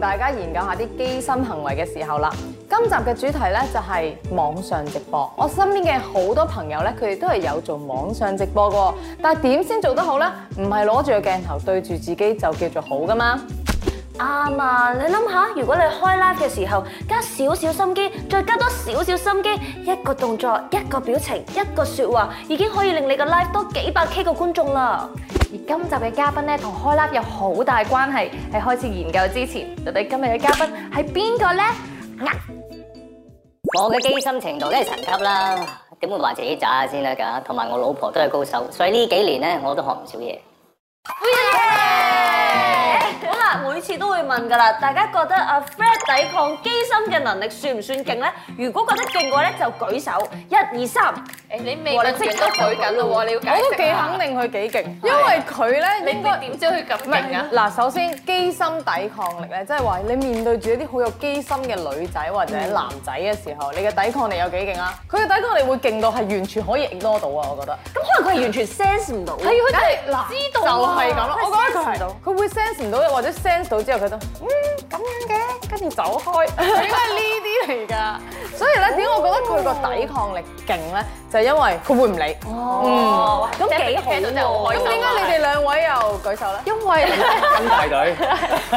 大家研究下啲機心行為嘅時候啦。今集嘅主題呢，就係網上直播。我身邊嘅好多朋友呢，佢哋都係有做網上直播嘅喎，但係點先做得好呢？唔係攞住個鏡頭對住自己就叫做好噶嘛？啱啊！你諗下，如果你開 live 嘅時候加少少心機，再加多少少心機，一個動作、一個表情、一個説話，已經可以令你個 live 多幾百 K 個觀眾啦。而今集嘅嘉賓咧，同開 live 有好大關係。喺開始研究之前，到底今日嘅嘉賓係邊個呢？我嘅機心程度梗係神級啦，點會話自己渣先得㗎？同埋我老婆都係高手，所以呢幾年咧我都學唔少嘢。好啦，每次都會問㗎啦，大家覺得阿 Fred 抵抗機心嘅能力算唔算勁呢？如果覺得勁嘅話咧，就舉手，一二三。誒，你未哇你問即勁刻都舉緊咯喎，你要我解都釋幾肯定佢幾勁，因為佢呢應該定，你點知佢咁唔勁啊係？嗱，首先機心抵抗力咧，即係話你面對住一啲好有機心嘅女仔或者男仔嘅時候，你嘅抵抗力有幾勁啊？佢嘅抵抗力會勁到係完全可以 ignore 到啊！我覺得。咁可能佢係完全 sense 唔到。係佢真係嗱，知道就係咁啦。我覺得佢係佢會 sense 唔到，或者 sense 到之後佢都嗯咁樣嘅，跟住走 開。佢應該係呢啲嚟㗎。所以咧，點解我覺得佢個抵抗力勁咧？就係因為佢會唔理。嗯哦，咁幾好聽到真係好喎開。咁心點解你哋兩位又舉手咧？因 為跟大隊，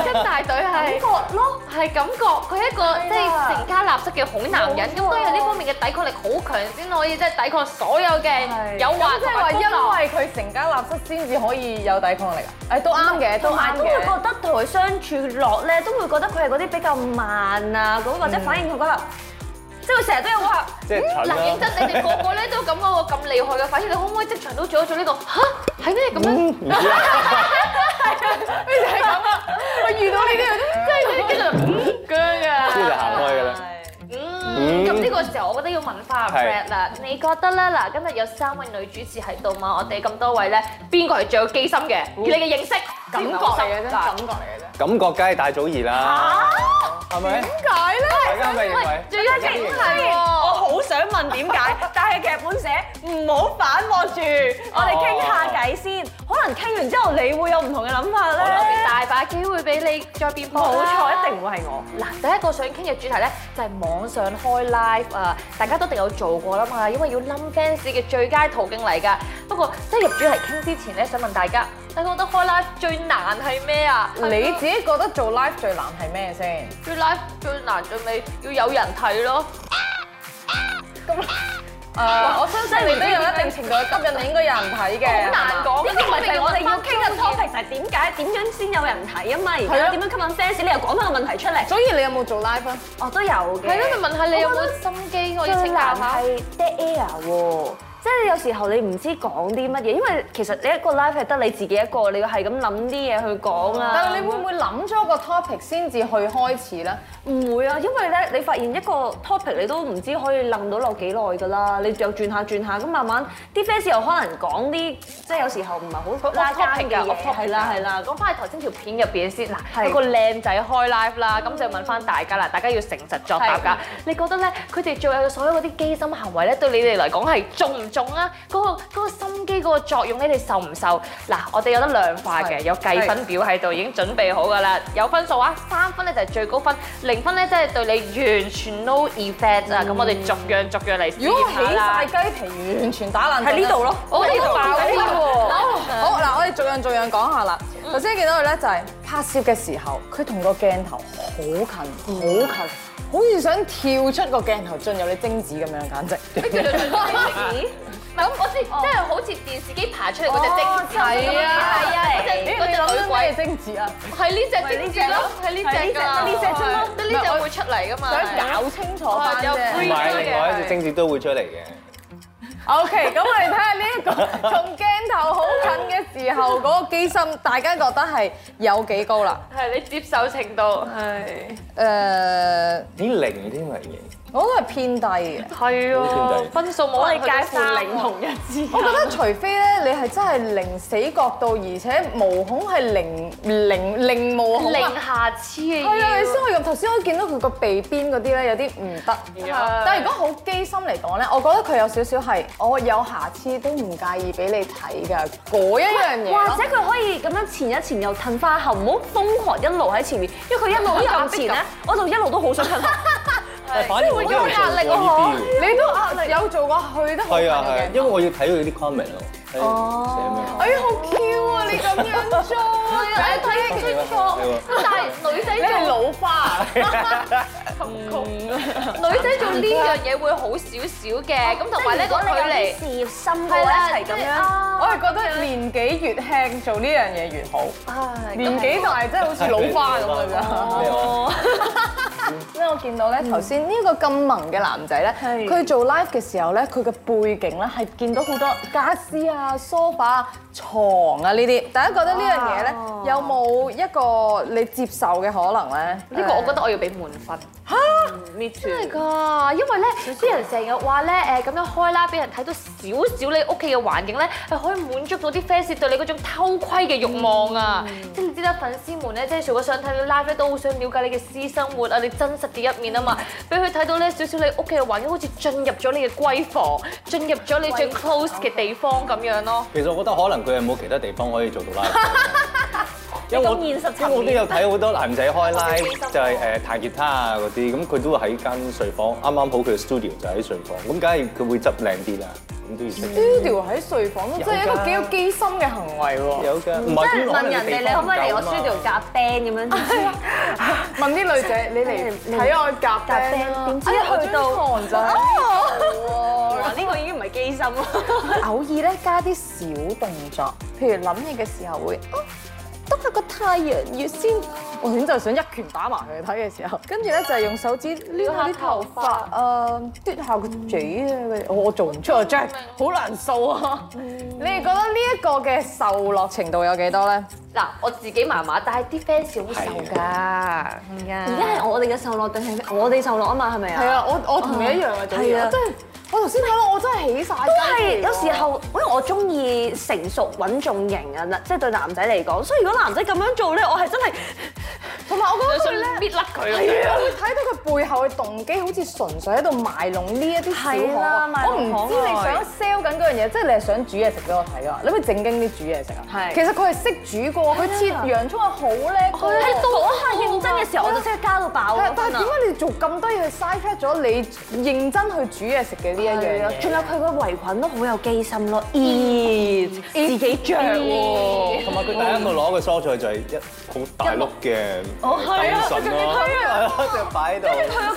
一大隊係覺咯，係感覺，佢一個即係成家立室嘅好男人，咁當然呢方面嘅抵抗力好強，先可以即係抵抗所有嘅誘惑即係話因為佢成家立室先至可以有抵抗力啊！誒，都啱嘅，都同埋啱都會嘅。覺得同佢相處落咧，都會覺得佢係嗰啲比較慢啊，咁或者反應佢嗰下，即係佢成日都有話。即係蠢嗱，認啦。真，你哋個個咧都咁嗰個咁厲害嘅反應，你可唔可以即場都做一做呢個？吓，係咩咁樣？係咁啊！我遇到呢啲人跟住跟住咁樣㗎。跟住就行開㗎啦。嗯，咁呢個時候我覺得要問翻阿係 Fred 啦，你覺得咧嗱，今日有三位女主持喺度嘛，我哋咁多位咧，邊個係最有機心嘅？以你嘅認識感感覺覺嚟嘅啫，嗱感覺嚟嘅啫。感覺梗係大祖兒啦，係咪？點解咧？大家係咪認為？最有機心係喎。我好想問點解， 但係劇本寫唔好反駁住，我哋傾下偈先。可能傾完之後，你會有唔同嘅諗法我哋咧。大把機會俾你再變冇波啦錯，一定唔會係我。嗱，第一個想傾嘅主題咧就係網上開 live 啊，大家都一定有做過啦嘛，因為要冧 fans 嘅最佳途徑嚟㗎。不過即係入主題傾之前咧，想問大家，大家覺得開 live 最難係咩啊？你自己覺得做 live 最難係咩先？最 live 最難最尾要有人睇咯。誒，我相信你都有一定程度嘅吸引力，應該有人睇嘅。好難講，呢個咪就係我哋要傾嘅嘅 topic 就係點解點樣先有人睇啊嘛？而家點樣吸引 fans？你又講翻個問題出嚟，所以你有冇做 live 啊？我都有嘅。係咯，咪問下你有冇心機，我要最請教難下。係 dead air 喎。即係你有時候你唔知講啲乜嘢，因為其實你一個 live 係得你自己一個，你要係咁諗啲嘢去講啊。但係你會唔會諗咗個 topic 先至去開始咧？唔會啊，因為咧，你發現一個 topic 你都唔知可以楞到落幾耐㗎啦，你又轉下轉下，咁慢慢啲 fans 又可能講啲即係有時候唔係好拉 off 更嘅 topic 㗎嘢， off topic 係啦係啦，咁講翻去頭先條片入邊先嗱，係有個靚仔開 live 啦，咁就問翻大家啦，大家要誠實作答㗎。你覺得咧，佢哋做有所有嗰啲機心行為咧，對你哋嚟講係中唔中啊？嗰、個嗰個心機嗰個作用咧，你受唔受？嗱，我哋有得量化嘅，係有計分表喺度，已經準備好㗎啦，有分數啊，三分咧就係最高分，零分咧即係對你完全 no effect 啊。咁、我哋逐樣逐樣嚟試如果起驗下晒。啦雞皮，完全打爛喺呢度咯。我哋爆呢呢度喎！好嗱，我哋逐樣逐樣講下啦。頭先見到佢咧就係拍攝嘅時候，佢同個鏡頭好近，好近，好似想跳出個鏡頭進入你精子咁樣，簡 直。 咩叫做最高分？唔係咁，我知，即係好似電視機排出嚟嗰隻精，係啊哦係啊，你嗰隻你嗰隻諗女緊咩鬼，精子啊？係呢隻精子咯，係呢隻㗎，係呢隻得呢隻啫嘛得呢隻會出嚟㗎嘛，想搞清楚哦翻有啫唔。係，另外一隻精子都會出嚟嘅。 OK，咁我哋睇下呢一個 從鏡頭好近嘅時候嗰個機心，大家覺得係有幾高啦？係你接受程度，係誒，咦零添啊已經，我都係偏低嘅。係好啊貼地，分數冇人介乎零同一之我覺得除非咧，你係真係零死角度，而且毛孔係零零零毛孔啊零！瑕疵嘅係啊，要你先可以咁。頭先我見到佢個鼻邊嗰啲咧有啲唔得，啊但係如果好機心嚟講咧，我覺得佢有少少係我有瑕疵都唔介意俾你睇㗎嗰一樣嘢或咯者。佢可以咁樣前一前又褪翻後，唔好瘋狂一路喺前面，因為佢一路都咁 前咧，我就一路都好想褪後。但係反而我因為做過呢啲喎。你都啊有做過去都好近係啊係啊嘅，，因為我要睇佢啲 comment 咯，睇佢哎呀好 Q 啊！你咁樣做，你睇寫咩？係喎但係女仔你係老花啊。女仔做呢樣嘢會好少少嘅，咁同埋呢個距離事業心嘅係啦，一齊咁即係樣。啊我係覺得年紀越輕做呢樣嘢越好，年紀大真係好似老花咁嘅啫。咩話因為我見到咧頭先呢個咁萌嘅男仔咧，佢做 live 嘅時候咧，佢嘅背景咧係見到好多家私啊、sofa 啊、牀啊呢啲，大家覺得呢樣嘢咧有冇一個你接受嘅可能咧？呢個我覺得我要俾滿分。搣住真係㗎，因為咧啲人成日話咧誒咁樣開啦，俾人睇到少少你屋企嘅環境咧，係可以滿足到啲 fans 對你嗰種偷窺嘅慾望啊！即係你知啦，粉絲們咧，即係除咗想睇你 live 咧，都好想了解你嘅私生活啊，你真實嘅一面啊嘛，俾佢睇到咧少少你屋企嘅環境，好似進入咗你嘅閨房，進入咗你最 close 嘅地方咁樣咯。其實我覺得可能佢係冇其他地方可以做 到 live。因為我咁現實層面因為我都有睇好多男仔開 live，就係誒彈吉他啊嗰啲，咁佢都會喺間睡房，啱啱好佢嘅 studio 就喺睡房，咁梗係佢會執靚啲啦，咁都要識。 studio 喺睡房都真係一個幾有機心嘅行為喎。有㗎，唔係咁可能地方唔夠啊嘛夾 band 咁 樣？問啲女仔，你嚟睇我夾夾 band band，點知哎呀去到我張床就係哇！呢個已經唔係機心啊啦。偶爾咧加啲小動作，譬如諗嘢嘅時候會，哦，篤下個太陽穴先。 我點就想一拳打埋佢睇嘅時候，跟住咧就係用手指撩下啲頭髮啊，嘟下個嘴啊嗰啲，我我做唔出啊真係好難掃啊！你哋覺得呢一個嘅受落程度有幾多咧？嗱，我自己麻麻，但係啲 fans 好受啊㗎，係啊而家係我哋嘅受落定係我哋受落啊嘛？係咪啊？係啊，我我同你一樣啊，做係嘢我啊真係我頭先睇到我真係起晒都雞係皮喎有時候，因為我中意成熟穩重型啊，即係對男仔嚟講，所以如果男仔咁樣做咧，我係真係同埋我覺得佢想咧。搣甩佢啊係啊，會睇到佢背後嘅動機，好似純粹喺度賣弄呢一啲小可係啦愛。賣我唔弄知可愛你想 sell 緊嗰樣嘢，即係你係想煮嘢食俾我睇啊！你咪正經啲煮嘢食啊！係啊其實佢係識煮過，佢切洋葱係啊好叻㗎。係啊到我係認真嘅時候，我就即刻加到爆係啊！但係真點解啊你做咁多嘢 side track 咗你認真去煮嘢食嘅呢一係樣啊嗯嘢？仲有佢個圍裙都好有機心咯，咦，自己着喎。同埋佢第一個攞嘅蔬菜就係一好大碌嘅燈神咯，係啊，就擺喺度。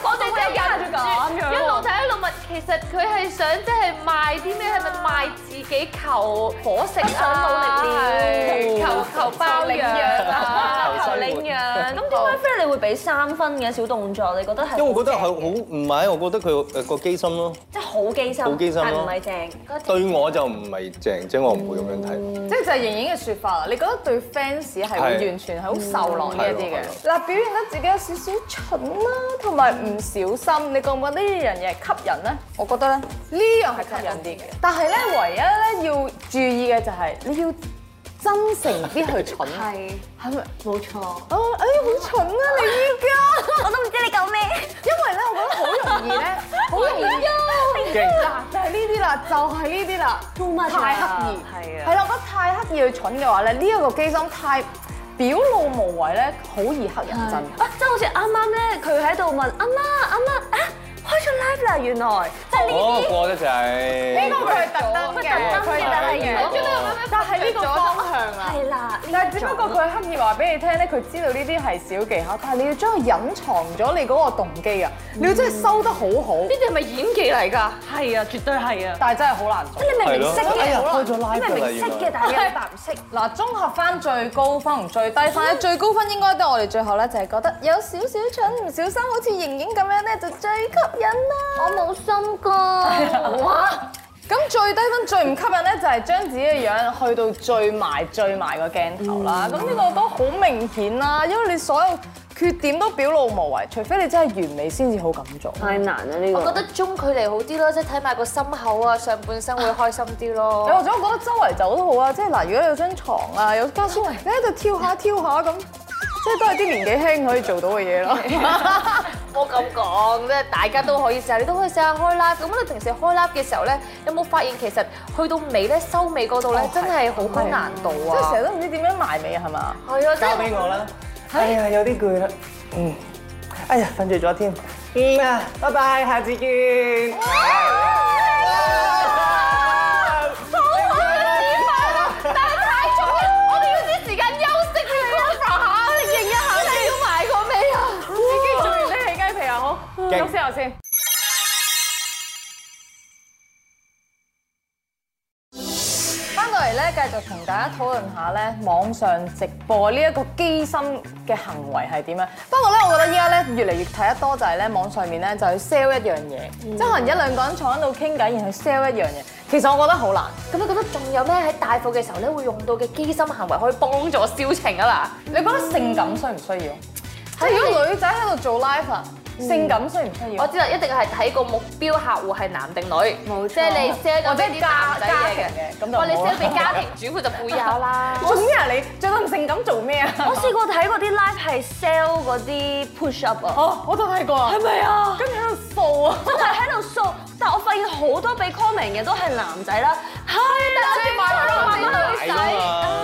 我哋就忍住，一路睇一路問，其實佢係想即係賣啲咩？係咪賣自己求伙食啊？係求求包養啊，求生活養。咁點解 friend 你會俾三分嘅小動作？你覺得係 因為我覺得係好唔係，我覺得佢誒個機心咯，即係好機心，好機心咯但唔係正。對我就唔係正，即係我唔會咁樣睇。即係就係盈盈嘅説法啦。你覺得對 fans 係會係完全係好受落呢一啲嘅係咯係嗱，表現得自己有少少蠢啦，同埋唔小心，你覺唔覺得呢樣嘢吸引咧？我覺得咧，呢樣係吸引啲嘅。但係咧，唯一咧要注意嘅就係你要真誠啲去蠢，係 係咪？冇錯。啊，哎呀，好蠢啊！你依家，我都唔知你講咩。因為咧，我覺得好容易 咧，好容易。啊勁嗱，就係呢啲啦，就係呢啲啦 Too much 太刻意，啊係啊係啦，我覺得太刻意去蠢嘅話咧，呢一個機心太表露無遺咧，好易黑人憎。啊，即係好似啱啱咧，佢喺度問阿媽阿媽啊，開咗 live 啦，原來即係呢哦，過得滯。呢個佢係特登嘅，佢係特登嘅，但係呢個方向啦。係啦，呢但係只不過種佢刻意話俾你聽咧，佢知道呢啲係小技巧，但係你要將佢隱藏咗你嗰個動機啊！你要真係收得好好，呢啲係咪演技嚟㗎？係啊，絕對係啊，但係真係好難做即。係你明係明咯識哎嘅呀，開咗你 live 明㗎啦明識嘅，原來。但係你係白唔識。嗱，綜合翻最高分同最低分咧，最高分應該都係我哋最後咧，就係覺得有少少蠢，唔小心好似盈盈咁樣咧，就最吸引啦。我冇心噶，哇！咁最低分最唔吸引咧，就係將自己嘅樣去到最埋最埋個鏡頭啦。咁呢個都好明顯啦，因為你所有缺點都表露無遺，除非你真係完美先至好咁做。太難啦呢我覺個。得中距離好啲咯，即係睇埋個心口啊，上半身會開心啲又咯。或者我覺得周圍走都好啊，即係嗱，如果有張床啊，有間書，你喺度跳下跳下咁，即係都係啲年紀輕可以做到嘅嘢咯。我咁講即係大家都可以試下，你都可以試下開 live。咁你平時開 live 嘅時候咧，有冇發現其實去到尾咧、收尾嗰度咧，真係好高難度即係啊！成日都唔知點樣埋尾啊，係嘛？係啊，即交係俾我啦。哎呀，有啲攰啦。嗯。哎呀，瞓着咗添。嗯啊，拜拜，下次見。休息下先。翻到嚟咧，繼續同大家討論下咧網上直播呢一個機心嘅行為係點樣。不過咧，我覺得依家咧越嚟越睇得多就係咧網上面咧就去 sell 一樣嘢，即係可能一兩個人坐喺度傾偈，然後去 sell 一樣嘢。其實我覺得好難。咁你覺得仲有咩喺大貨嘅時候咧會用到嘅機心行為可以幫助銷情啊你覺得性感需唔需要？即係如果女仔喺度做 live 啊，性感需唔需嗱？我要？知道一定係睇個目標客戶係男定女，冇即係你 sell 或者咗俾啲家男仔家庭嘅。嘅咁就哇！你冇啦 sell 俾家庭主婦就背有啦。我知啊，你最咁性感做咩啊 我？試過睇過啲 live 係 sell 嗰啲 push up 啊。哦，我都睇過啊，係咪啊？跟住喺度掃啊！真係喺度掃，但我發現好多俾 comment 嘅都係男仔啦，係啦，最買我買女仔，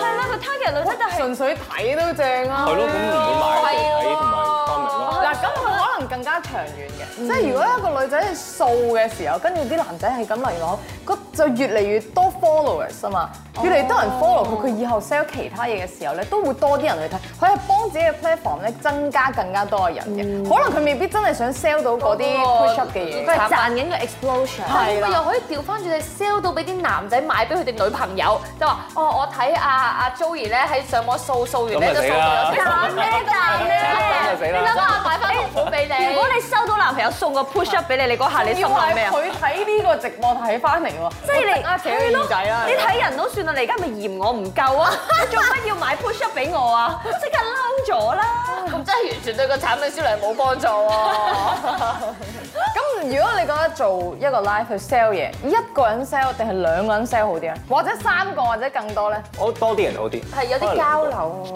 係啦，佢 target 女仔，但係純粹睇都正啊！係咯，咁唔會買睇同埋 comment 咯。嗱，咁佢可能更加長遠嘅，即係如果一個女仔掃嘅時候，跟住啲男仔係咁嚟攞，個就越嚟越多 followers 啊嘛，越嚟越多人 follow 佢，佢以後 sell 其他嘢嘅時候咧，都會多啲人去睇，佢係幫自己嘅 platform 咧增加更加多嘅人嘅，可能佢未必真係想 sell 到嗰啲 push up 嘅嘢，佢係賺緊個 explosion。係佢又啦，可以調翻轉你 sell 到俾啲男仔買俾佢哋女朋友，就話哦，我睇阿阿 Joey 咧喺上網掃掃完咧就掃到有啲男咩賺咩？就死你諗哎啦！下買翻紅袍俾你。如果你收到男朋友送個 push up 俾你，你嗰下你心要諗係咩啊？佢睇呢個直播睇翻嚟喎，即係你呃扯佢耳仔啦，你睇人都算啦，你而家咪嫌我唔夠啊？ 你做乜要買 push up 俾我啊？即刻嬲咗啦！咁真係完全對個產品銷量冇幫助喎。 咁如果你覺得做一個 live 去 sell 嘢，一個人 sell 定係兩個人 sell 好啲咧？或者三個或者更多咧？我哦多啲人好啲。係有啲交流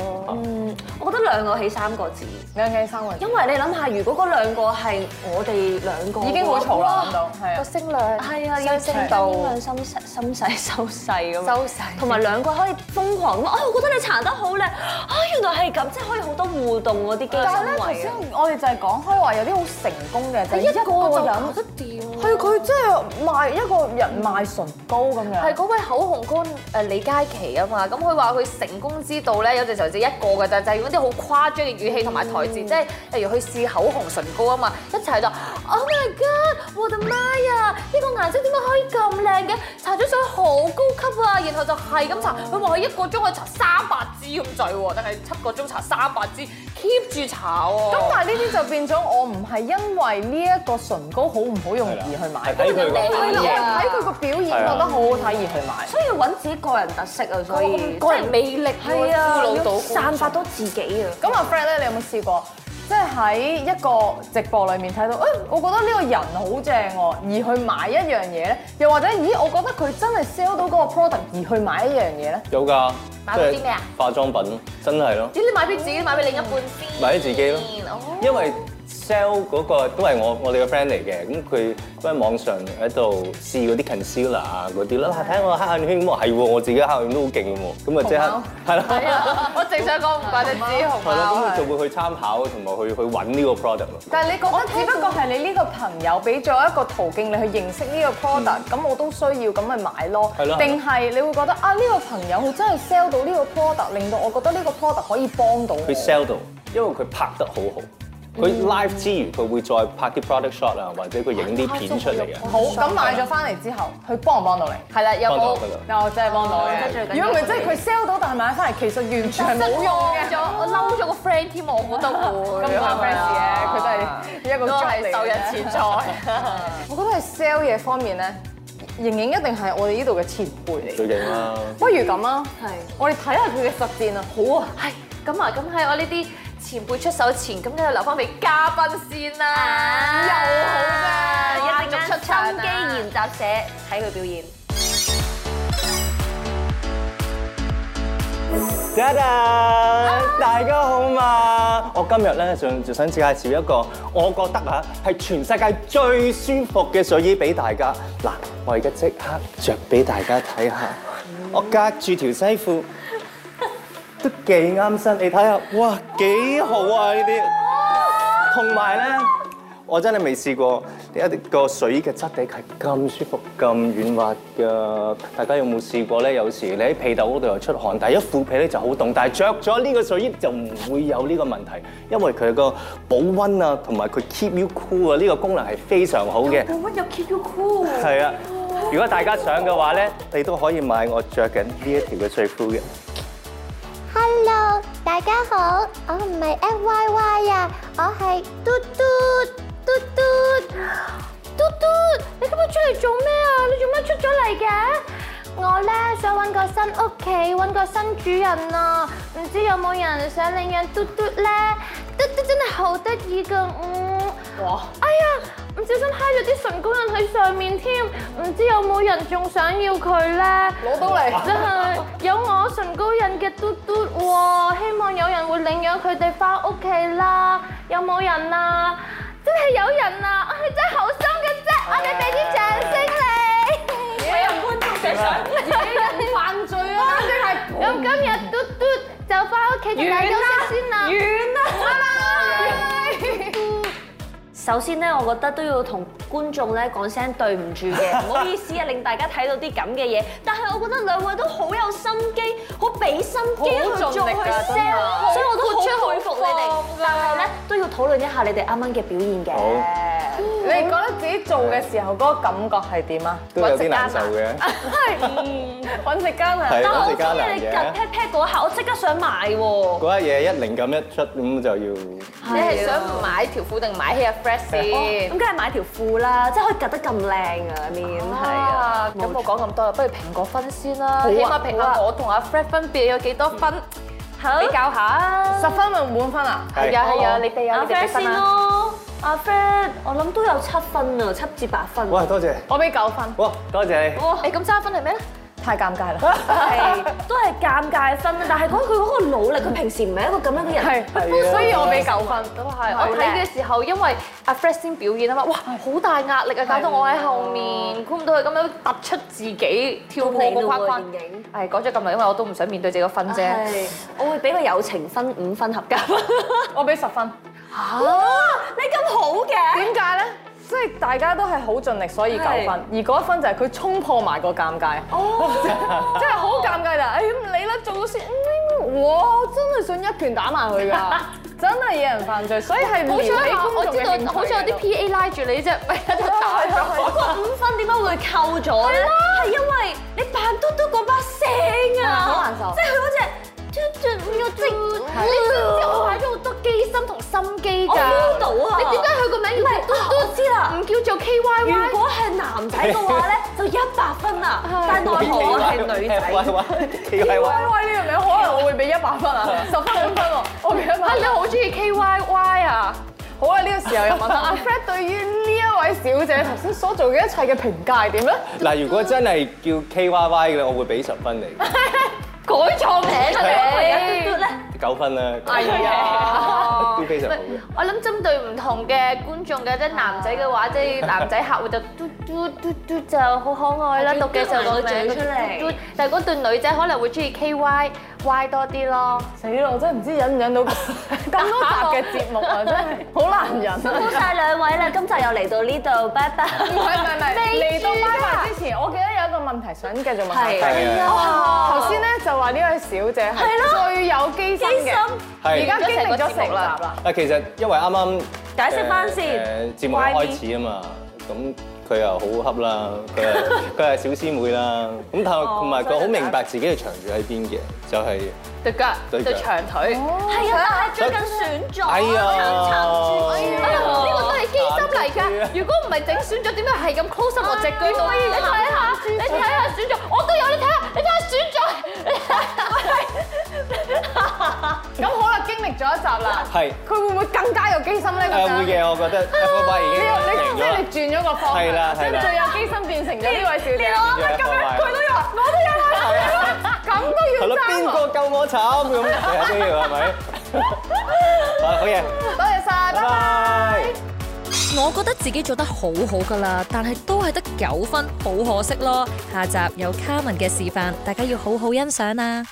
我覺得兩個起三個字，兩計三個因為你諗下，如果嗰兩個係我哋兩個，已經好嘈啦，諗到喎，係個啊，聲量係啊，要聲整道到心細心細收細咁樣，收細同埋兩個可以瘋狂咁啊！我覺得你搽得好靚啊！原來係咁，即係可以好多互動嗰啲機但係咧，心頭位先啊！我哋就係講開話有啲好成功嘅，就係一個人，得掂。係佢即係賣一個人賣唇膏咁係樣，嗰位口紅哥誒李佳琦啊嘛，咁佢話佢成功之道咧，有陣時候只一個嘅咋，就係用啲好誇張嘅語氣同埋台詞，即係例如去試口紅唇膏啊嘛，一齊就 Oh my God！我的媽呀！呢個顏色點解可以咁靚嘅？搽咗上去好高級啊！然後就係咁搽，佢話佢一個鐘可以搽三百支咁滯喎，定係七個鐘搽三百支，keep 住搽喎。咁但係呢啲就變咗我唔係因為呢一個唇膏好唔好用而去買，睇佢係啦，個我係睇佢個表演覺得好好睇而去買。所以要揾自己個人特色啊，所以個人魅力係啊，俘虜到要散發到自己啊！咁啊，Fred 咧，你有冇試過？即係喺一個直播裏面睇到，誒、我覺得呢個人好正喎，而去買一樣嘢咧，又或者，咦，我覺得佢真係 sell 到嗰個 product 而去買一樣嘢咧，有㗎，買過啲咩啊？化妝品真係咯，咦？你買俾自己，買俾另一半先。買俾自己咯哦因為 sell 嗰個都係我我哋嘅 friend 嚟嘅，咁佢都喺網上喺度試嗰啲 concealer 啊嗰啲啦，啊睇下我黑眼圈咁啊係喎，我自己黑眼圈都好勁嘅喎，咁啊即刻係啦，嗯我正想講唔怪得知紅啊係啦，咁啊啦佢。就會去參考同埋去去揾呢個 product 咯。但係你覺得只不過係你呢個朋友俾咗一個途徑你去認識呢個 product，咁、我都需要咁咪買咯嗯係咯，定係你會覺得啊呢、個朋友佢真係 sell 到呢個 product，令到我覺得呢個 product 可以幫到我。佢 sell 到，因為佢拍得好好。佢 live 之餘，佢會再拍啲 product shot 啊，或者佢影啲片出嚟嘅。啊好，咁買咗翻嚟之後，佢幫唔幫到你？係啦，有幫到冇㗎啦。嗱，我真係幫到嘅真係最。緊如要果唔係，即係佢 sell 到，但係買翻嚟其實完全係冇用嘅。咗，我嬲咗個 friend 添，我覺得會。咁關 fans 嘅，佢啊都係一個都 job 係嚟受人嘅錢財。我覺得係 sell 嘢方面咧，盈盈一定係我哋呢度嘅前輩嚟。最勁啦！不如咁啊，我哋睇下佢嘅實戰啊，好啊。係咁啊，咁喺我呢啲前輩出手前，咁梗係留翻俾嘉賓先啦，又好啊啦，一定一定要出出場心機研習社睇佢表演。嘉嘉，大家好嘛？我今日咧就就想介紹一個我覺得啊係全世界最舒服嘅睡衣俾大家。嗱，我而家即刻着俾大家睇下，我隔住條西褲都幾啱身，你睇下，哇幾好啊呢啲！同埋咧，我真係未試過一個水衣嘅質地係咁舒服、咁軟滑㗎。大家有冇試過咧？有時你喺被竇嗰度又出汗，但係一褲被咧就好凍，但係着咗呢個睡衣就唔會有呢個問題，因為佢個保温啊，同埋佢 keep you cool 啊，呢個功能係非常好嘅。保温又 keep you cool。係啊，如果大家想嘅話咧，你都可以買我着緊呢一條嘅睡褲嘅。 Hello，大家好，我唔係 F Y Y 啊，我係嘟嘟嘟嘟嘟嘟，你今日出嚟做咩啊？你做咩出咗嚟嘅？我呢，想揾個新屋企，揾個新主人啊，唔知有冇人想領養嘟嘟呢？嘟嘟真係好得意噶，嗯。哇！哎呀，唔小心揩咗啲唇膏印喺上面添，唔知有冇人仲想要佢呢？攞到嚟。真係有我唇膏印嘅嘟嘟喎，希望有人會領養佢哋翻屋企啦。有冇人啊？真係有人啊！我係真係好心嘅啫，我哋俾啲掌聲你。啊犯罪啊！咁今日嘟嘟就翻屋企同大家休息先啦。遠啦，首先咧，我覺得都要同觀眾咧講聲對唔住嘅， 唔好意思啊，令大家睇到啲咁嘅嘢。但係我覺得兩位都好有心機，好俾心機去做好去盡力㗎真係 sell，所以我都豁出啊好去佩服你哋。但係咧，都要討論一下你哋啱啱嘅表現嘅。好，你覺得自己做嘅時候嗰個感覺係點 啊？都有啲難受嘅，揾食艱難。係 但我有好時艱中難意你夾嘅。 pat pat 嗰下，我即刻想買喎。嗰一嘢一靈感一出咁就要。你係想買條褲定買起阿 Fresh 先咁？梗係買條褲啦，即係可以夾得咁靚啊面係啊。啊，咁我講咁多啦，不如評個分先啦，啊起碼評好下啊我同阿 Fred 分別有幾多分，比較下啊。十分咪滿分啊？係啊係啊，你哋有阿你哋 Fred 嘅分先啦。咯，阿 Fred，我諗都有七分啊，七至八分。哇，多謝，我俾九分，哇，多謝你。誒咁三分係咩咧？太尷尬啦。 係都係尷尬分啦，但係講佢嗰個努力，佢平時唔係一個咁樣嘅人。係，所以我俾九分。都係我睇嘅時候，因為阿 Fred 先表演啊嘛，哇，好大壓力啊，搞到我喺後面估唔到佢咁樣突出自己跳到過你個咯框喎框。電影。係講咗咁耐，因為我都唔想面對自己個分啫。係，我會俾個友情分五分合格。我俾十分。你咁好嘅，點解咧？即係大家都係好盡力，所以九分。係而嗰一分就係佢衝破埋個尷尬，哦 真係好尷尬就係，哎咁你啦，做咗先。嗯我真係想一拳打埋佢 㗎，真係惹人犯罪，所以係撩好起彩有我觀眾嘅知興道，趣好彩有啲 PA 拉住你啫，咪一度 打咗。個五分點解會扣咗咧？係因為你扮嘟嘟嗰把聲啊，好難受即係佢嗰隻嘟嘟嗰隻，你知唔知我擺咗好多機心同心機我㗎？ feel 到啊！你點解佢個名叫嘟我嘟？知啦。唔叫做 Ừ, K Y 如 Y？果係男仔嘅話咧，就一百分啦。但奈何我係女仔。喂喂，奇怪喂喂，呢個名可能我會俾一百 分啊，十分兩分喎，我俾一百啊，你分。好中意 K Y Y 啊？好啊，呢個時候又問 下阿 Fred 對於呢一位小姐頭先所做嘅一切嘅評價係點咧？ 嗱，如果真係叫 KYY 嘅，我會俾十分你，改錯名啊你！九分啦。哎呀，都非常好嘅我諗針對唔同嘅觀眾嘅，即係男仔嘅話，即係男仔客戶就嘟嘟嘟嘟就好可愛啦，讀嘅時候個名嘟嘟嘟嘟，但係嗰對女仔可能會中意 K Y Y 多啲咯。死啦！我真係唔知忍唔忍 到咁多集嘅節目啊，真係好難忍 啊！多晒兩位啦，今集又嚟到呢度，拜拜。唔係唔係唔係，嚟到拜拜之前，我記得有一個問題想繼續問下。係啊，頭先咧就話呢位小姐係最有機心嘅，而係家。經歷咗成集啦。啊，其實因為啱啱解釋返先誒節目開始啊嘛，咁佢又好恰啦，佢係佢係小師妹啦，咁但係同埋佢好明白自己嘅長處喺邊嘅，就係對腳，對腳對長腿，哦係啊，但係最近選咗，哎呀撐撐住，呢個都係機心嚟嚟啊㗎。如果唔係整損咗，點解係咁 close up 我隻啊腳度？你睇下，你睇下損咗，我都有。你睇下，你睇下咁好啦，經歷咗一集啦，係佢會唔會更加有機心咧？誒咁樣會嘅，我覺得 F Y 已經你贏咗啦你。即係你轉咗個方向，係啦啊係啦將最有機心變成咗呢位小姐。啱啱咁樣佢都有，我都有啊啦，咁係都要咯，邊爭啊個喎！夠我慘咁？成日都要係咪？好好嘢，多謝晒，拜拜拜。拜。我覺得自己做得好好噶啦，但係都係得九分，好可惜咯。下集有卡文嘅示範，大家要好好欣賞啊！